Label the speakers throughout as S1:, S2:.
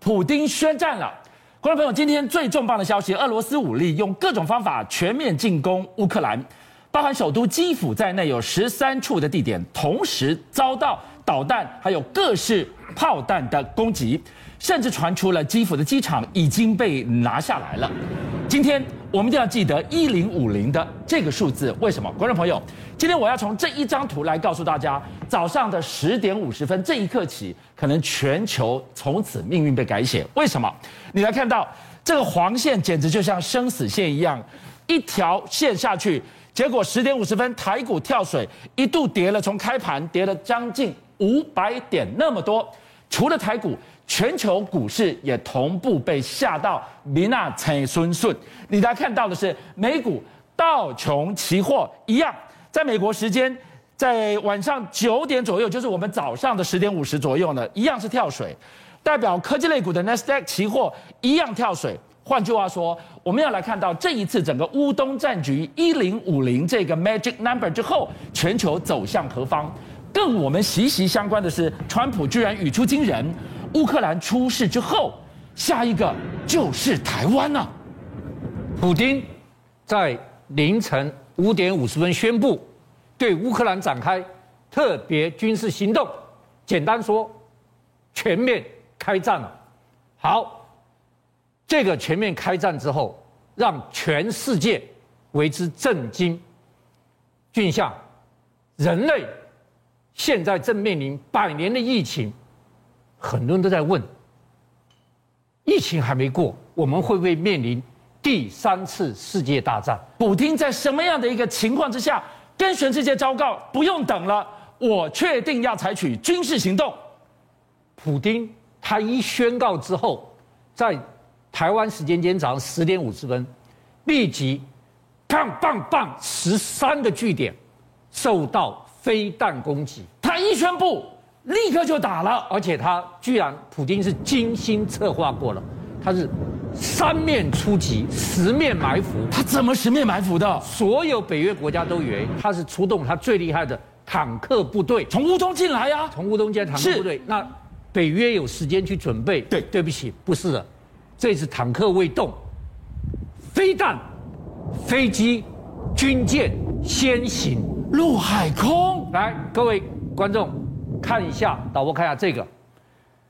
S1: 普丁宣战了。观众朋友，今天最重磅的消息：俄罗斯武力用各种方法全面进攻乌克兰，包含首都基辅在内有十三处的地点同时遭到导弹还有各式炮弹的攻击，甚至传出了基辅的机场已经被拿下来了。今天我们一定要记得一零五零的这个数字，为什么？观众朋友，今天我要从这一张图来告诉大家，早上的十点五十分这一刻起，可能全球从此命运被改写。为什么？你来看到这个黄线，简直就像生死线一样，一条线下去，结果十点五十分台股跳水，一度跌了，从开盘跌了将近五百点那么多。除了台股，全球股市也同步被吓到。米娜陈孙顺，你来看到的是美股道琼期货一样，在美国时间在晚上九点左右，就是我们早上的十点五十左右呢，一样是跳水。代表科技类股的 Nasdaq 期货一样跳水。换句话说，我们要来看到这一次整个乌东战局一零五零这个 magic number 之后，全球走向何方？更我们息息相关的是，川普居然语出惊人，乌克兰出事之后，下一个就是台湾了、啊
S2: 普京在凌晨五点五十分宣布对乌克兰展开特别军事行动，简单说，全面开战了。好，这个全面开战之后，让全世界为之震惊。俊相，人类现在正面临百年的疫情，很多人都在问：疫情还没过，我们会不会面临第三次世界大战？
S1: 普京在什么样的一个情况之下跟全世界昭告，不用等了，我确定要采取军事行动。
S2: 普丁他一宣告之后，在台湾时间今天早上十点五十分，立即棒棒棒十三个据点受到飞弹攻击，
S1: 他一宣布，立刻就打了。
S2: 而且他居然普丁是精心策划过了，他是三面出击，十面埋伏，
S1: 他怎么十面埋伏的？
S2: 所有北约国家都以为他是出动他最厉害的坦克部队，
S1: 从乌东进来啊呀、
S2: 从乌东街坦克
S1: 是
S2: 部队，那北约有时间去准备。
S1: 对
S2: 对不起，不是的，这次坦克未动，飞弹、飞机、军舰先行。
S1: 陆海空，
S2: 来，各位观众看一下，导播看一下这个，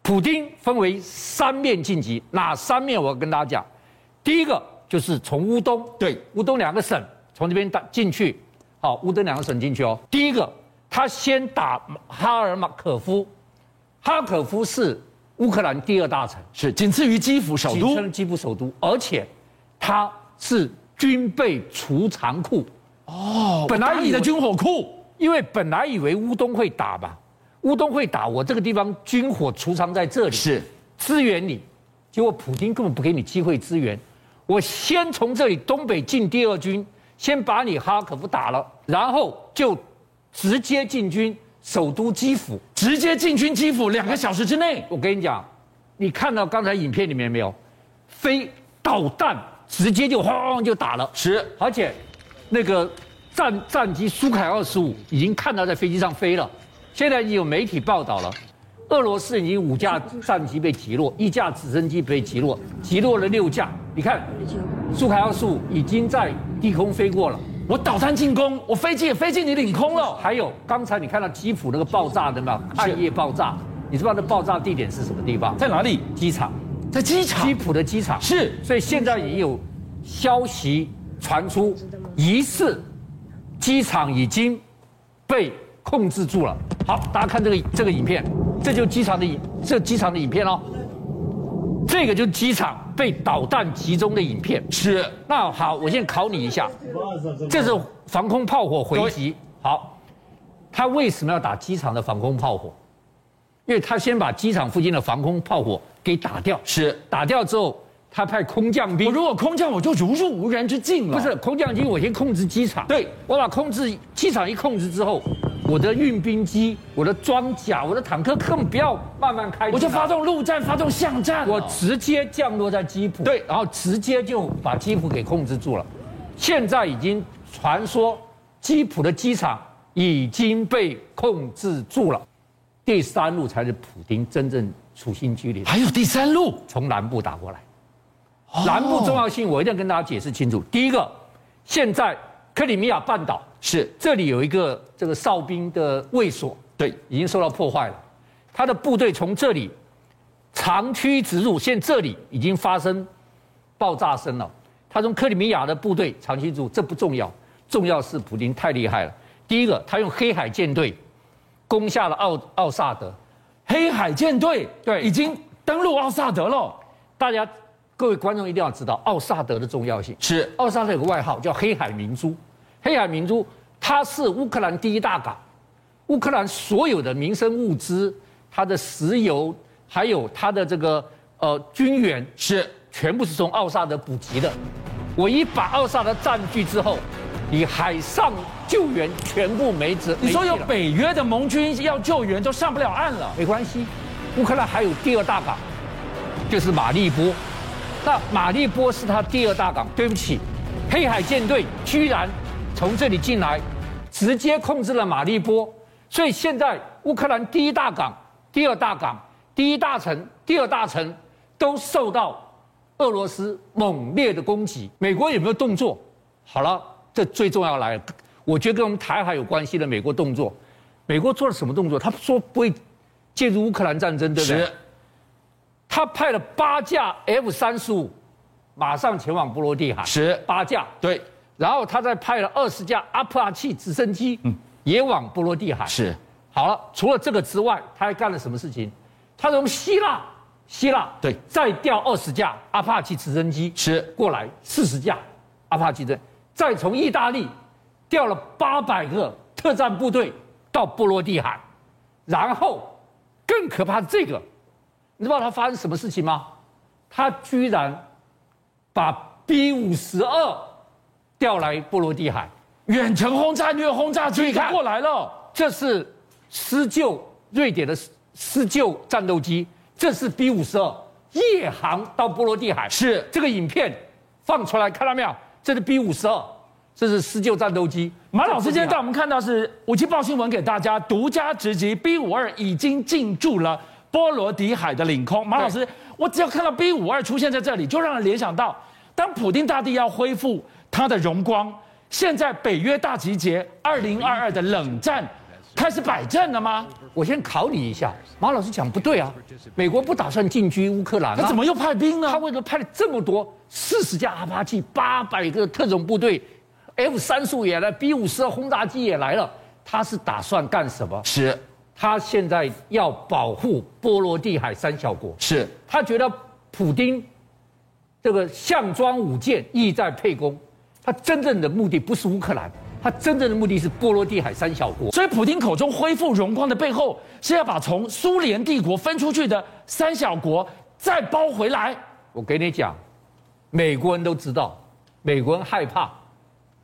S2: 普丁分为三面晋级，哪三面？我跟大家讲，第一个就是从乌东，
S1: 对，
S2: 乌东两个省从这边打进去，好，乌东两个省进去哦。第一个，他先打哈尔马可夫，哈尔可夫是乌克兰第二大城，
S1: 是仅次于基辅首
S2: 仅
S1: 都
S2: 次于基辅首都，而且它是军备储藏库。
S1: 哦，
S2: 本来
S1: 打你的
S2: 以为
S1: 军火库
S2: 因为本来以为乌东会打吧，乌东会打，我这个地方军火储藏在这里，
S1: 是
S2: 支援你。结果普京根本不给你机会支援，我先从这里东北进第二军，先把你哈尔可夫打了，然后就直接进军首都基辅。
S1: 直接进军基辅，两个小时之内，
S2: 我跟你讲，你看到刚才影片里面没有，飞导弹直接就轰轰就打了，
S1: 是
S2: 而且那个战战机苏凯二十五已经看到在飞机上飞了，现在已经有媒体报道了，俄罗斯已经五架战机被击落，一架直升机被击落，击落了六架。你看，苏凯二十五已经在低空飞过了。
S1: 我导弹进攻，我飞机也飞进你领空了。
S2: 还有刚才你看到基辅那个爆炸的嘛，暗夜爆炸，你知不知道那爆炸地点是什么地方？
S1: 在哪里？
S2: 机场，
S1: 在机场
S2: 基。辅的机场。
S1: 是
S2: 所以现在也有消息传出，疑似机场已经被控制住了。好，大家看这个这个影片，这就是机场的影，这机场的影片哦。这个就是机场被导弹集中的影片。
S1: 是
S2: 那好，我现在考你一下，这是防空炮火回击。好，他为什么要打机场的防空炮火？因为他先把机场附近的防空炮火给打掉。
S1: 是，
S2: 打掉之后，他派空降
S1: 我
S2: 兵，
S1: 如果空降，我就如入无人之境了。
S2: 不是空降兵，我先控制机场。
S1: 对，
S2: 我把控制机场一控制之后，我的运兵机、我的装甲、我的坦克更不要慢慢开进来，
S1: 我就发动陆战，发动巷战了。
S2: 我直接降落在基辅，
S1: 对
S2: 啊然后直接就把基辅给控制住了。现在已经传说基辅的机场已经被控制住了，第三路才是普丁真正处心积虑地
S1: 还有第三路，
S2: 从南部打过来。
S1: 哦
S2: 南部重要性，我一定要跟大家解释清楚。第一个，现在克里米亚半岛
S1: 是
S2: 这里有一个这个哨兵的卫所，
S1: 对，
S2: 已经受到破坏了。他的部队从这里长驱直入，现这里已经发生爆炸声了。他从克里米亚的部队长驱直入，这不重要，重要是普京太厉害了。第一个，他用黑海舰队攻下了奥奥萨德，
S1: 黑海舰队
S2: 对
S1: 已经登陆奥萨德了，
S2: 大家各位观众一定要知道奥萨德的重要性。
S1: 是
S2: 奥萨德有个外号叫“黑海明珠”，黑海明珠它是乌克兰第一大港，乌克兰所有的民生物资、它的石油，还有它的这个呃军援，
S1: 是
S2: 全部是从奥萨德补给的。我一把奥萨德占据之后，你海上救援全部没辙。
S1: 你说
S2: 没戏
S1: 有
S2: 了
S1: 北约的盟军要救援都上不了岸了，
S2: 没关系，乌克兰还有第二大港，就是马利波。那马利波是它第二大港。对不起，黑海舰队居然从这里进来，直接控制了马利波。所以现在乌克兰第一大港、第二大港、第一大城、第二大城都受到俄罗斯猛烈的攻击。美国有没有动作？好了，这最重要来了，我觉得跟我们台海有关系的美国动作，美国做了什么动作？他说不会介入乌克兰战争，对不对
S1: 是？
S2: 他派了八架 F 三十五，马上前往波罗的海，
S1: 是
S2: 八架，
S1: 对，
S2: 然后他再派了二十架阿帕奇直升机，也往波罗的海。
S1: 嗯是
S2: 好了，除了这个之外，他还干了什么事情？他从希腊，希腊
S1: 对
S2: 再调二十架阿帕奇直升机
S1: 是
S2: 过来，四十架阿帕奇的，再从意大利调了八百个特战部队到波罗的海，然后更可怕的这个，你知道他发生什么事情吗？他居然把 B 五十二调来波罗的海，
S1: 远程轰炸虐轰炸机
S2: 你看
S1: 过来了，
S2: 这是施救瑞典的施施救战斗机，这是 B 五十二夜航到波罗的海。
S1: 是
S2: 这个影片放出来，看到没有？这是 B 五十二，这是施救战斗机。
S1: 马老师今天带
S2: 到
S1: 我们看到是武器报新闻给大家独家直击 B 五二已经进驻了波罗的海的领空。马老师，我只要看到 B 五二出现在这里，就让人联想到，当普丁大帝要恢复他的荣光，现在北约大集结，二零二二的冷战开始摆阵了吗？
S2: 我先考你一下，马老师讲不对啊，美国不打算进军乌克兰、啊，
S1: 他怎么又派兵呢
S2: 他？为什么派了这么多四十架阿帕奇、八百个特种部队，F 三十五也来，B 五十二轰炸机也来了？他是打算干什么？
S1: 是
S2: 他现在要保护波罗的海三小国，
S1: 是
S2: 他觉得普丁这个项庄舞剑，意在沛公。他真正的目的不是乌克兰，他真正的目的是波罗的海三小国。
S1: 所以，普京口中恢复荣光的背后，是要把从苏联帝国分出去的三小国再包回来。
S2: 我给你讲，美国人都知道，美国人害怕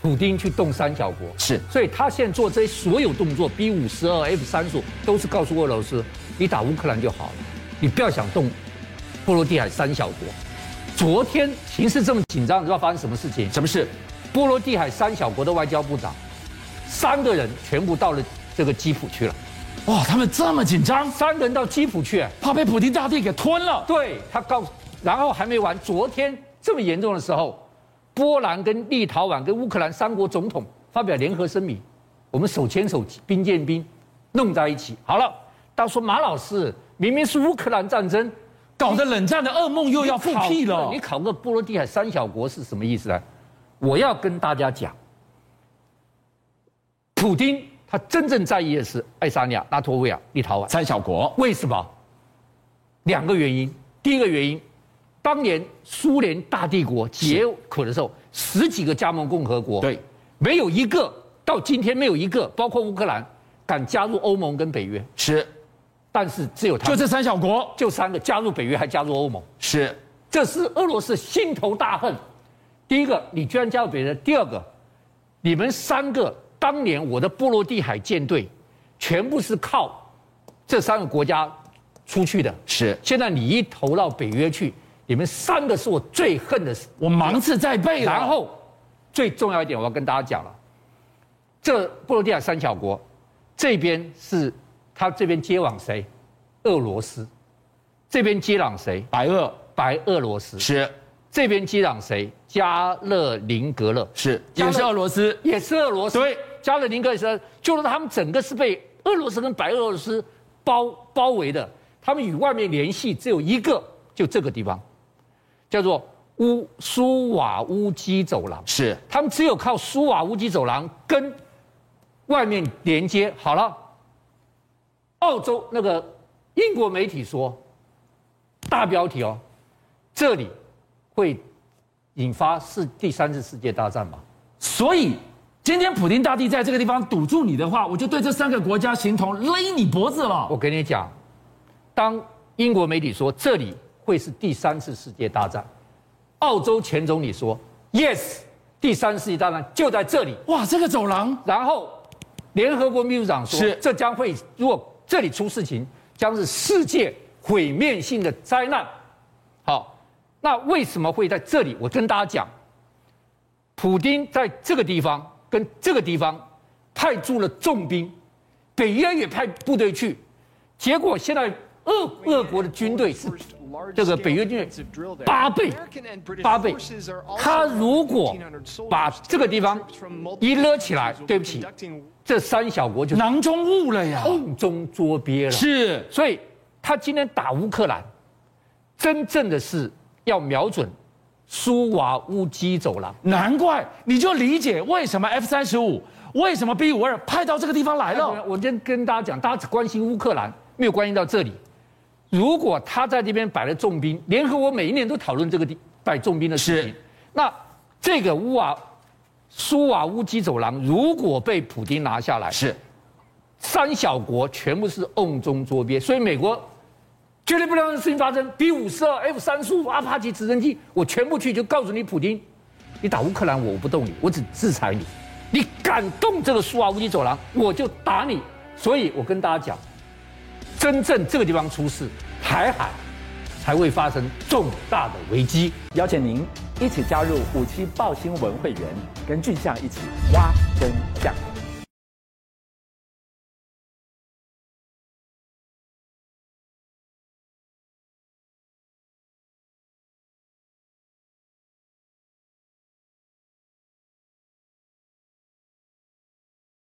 S2: 普丁去动三小国，
S1: 是
S2: 所以他现在做这些所有动作，B 五十二、F 三十五，都是告诉俄罗斯，你打乌克兰就好了，你不要想动波罗的海三小国。昨天形势这么紧张，你知道发生什么事情？
S1: 什么事？
S2: 波罗的海三小国的外交部长，三个人全部到了这个基辅去了，
S1: 哇，他们这么紧张，
S2: 三个人到基辅啊去、
S1: 怕被普京大帝给吞了。
S2: 对他告诉，然后还没完，昨天这么严重的时候，波兰跟立陶宛跟乌克兰三国总统发表联合声明，我们手牵手兵见兵，弄在一起。好了，他说马老师明明是乌克兰战争，
S1: 搞得冷战的噩梦又要复辟
S2: 考
S1: 了
S2: 你。考个波罗的海三小国是什么意思呢？我要跟大家讲，普京他真正在意的是爱沙尼亚、拉脱维亚、立陶宛。
S1: 三小国
S2: 为什么？两个原因。第一个原因，当年苏联大帝国解苦的时候，十几个加盟共和国，
S1: 对，
S2: 没有一个到今天没有一个，包括乌克兰敢加入欧盟跟北约，
S1: 是
S2: 但是只有他
S1: 就
S2: 们
S1: 这三小国
S2: 就三个加入北约还加入欧盟，
S1: 是
S2: 这是俄罗斯心头大恨。第一个，你居然加入北约；第二个，你们三个当年我的波罗的海舰队，全部是靠这三个国家出去的。
S1: 是，
S2: 现在你一投到北约去，你们三个是我最恨的事。
S1: 我芒刺在背了。
S2: 然后，最重要一点，我要跟大家讲了，这波罗的海三小国，这边是他这边接往谁？俄罗斯，这边接壤谁？
S1: 白俄
S2: 白俄罗斯。
S1: 是
S2: 这边接壤谁？加勒林格勒
S1: 是
S2: 加勒
S1: 也是俄罗斯，
S2: 也是俄罗斯。
S1: 对，
S2: 加勒林格勒就是他们整个是被俄罗斯跟白俄罗斯包包围的，他们与外面联系只有一个，就这个地方，叫做乌苏瓦乌基走廊。
S1: 是
S2: 他们只有靠苏瓦乌基走廊跟外面连接。好了，澳洲那个英国媒体说，大标题哦，这里会引发是第三次世界大战吧？
S1: 所以今天普丁大帝在这个地方堵住你的话，我就对这三个国家形同勒你脖子了。
S2: 我跟你讲，当英国媒体说这里会是第三次世界大战，澳洲前总理说 yes，第三次世界大战就在这里。
S1: 哇，这个走廊
S2: 然后，联合国秘书长说，
S1: 是
S2: 这将会如果这里出事情，将是世界毁灭性的灾难。好，那为什么会在这里？我跟大家讲，普京在这个地方跟这个地方派驻了重兵，北约也派部队去，结果现在俄俄国的军队是这个北约军队八倍，八倍。他如果把这个地方一勒起来，对不起，这三小国就
S1: 囊中物了呀。
S2: 瓮中捉鳖了。
S1: 是
S2: 所以他今天打乌克兰，真正的是要瞄准苏瓦乌基走廊。
S1: 难怪你就理解为什么 F 三十五，为什么 B 五二派到这个地方来了。
S2: 我先跟大家讲，大家只关心乌克兰，没有关心到这里。如果他在这边摆了重兵，联合国每一年都讨论这个地摆重兵的事情
S1: 是。
S2: 那这个乌瓦苏瓦乌基走廊如果被普京拿下来，
S1: 是
S2: 三小国全部是瓮中捉鳖，所以美国绝对不能让这事情发生。B 五十二、F 三十五、阿帕奇直升机，我全部去，就告诉你，普京，你打乌克兰我，我不动你，我只制裁你。你敢动这个苏瓦乌基走廊，我就打你。所以我跟大家讲，真正这个地方出事，台海才会发生重大的危机。
S3: 邀请您一起加入五七报新闻会员，跟俊相一起挖真相。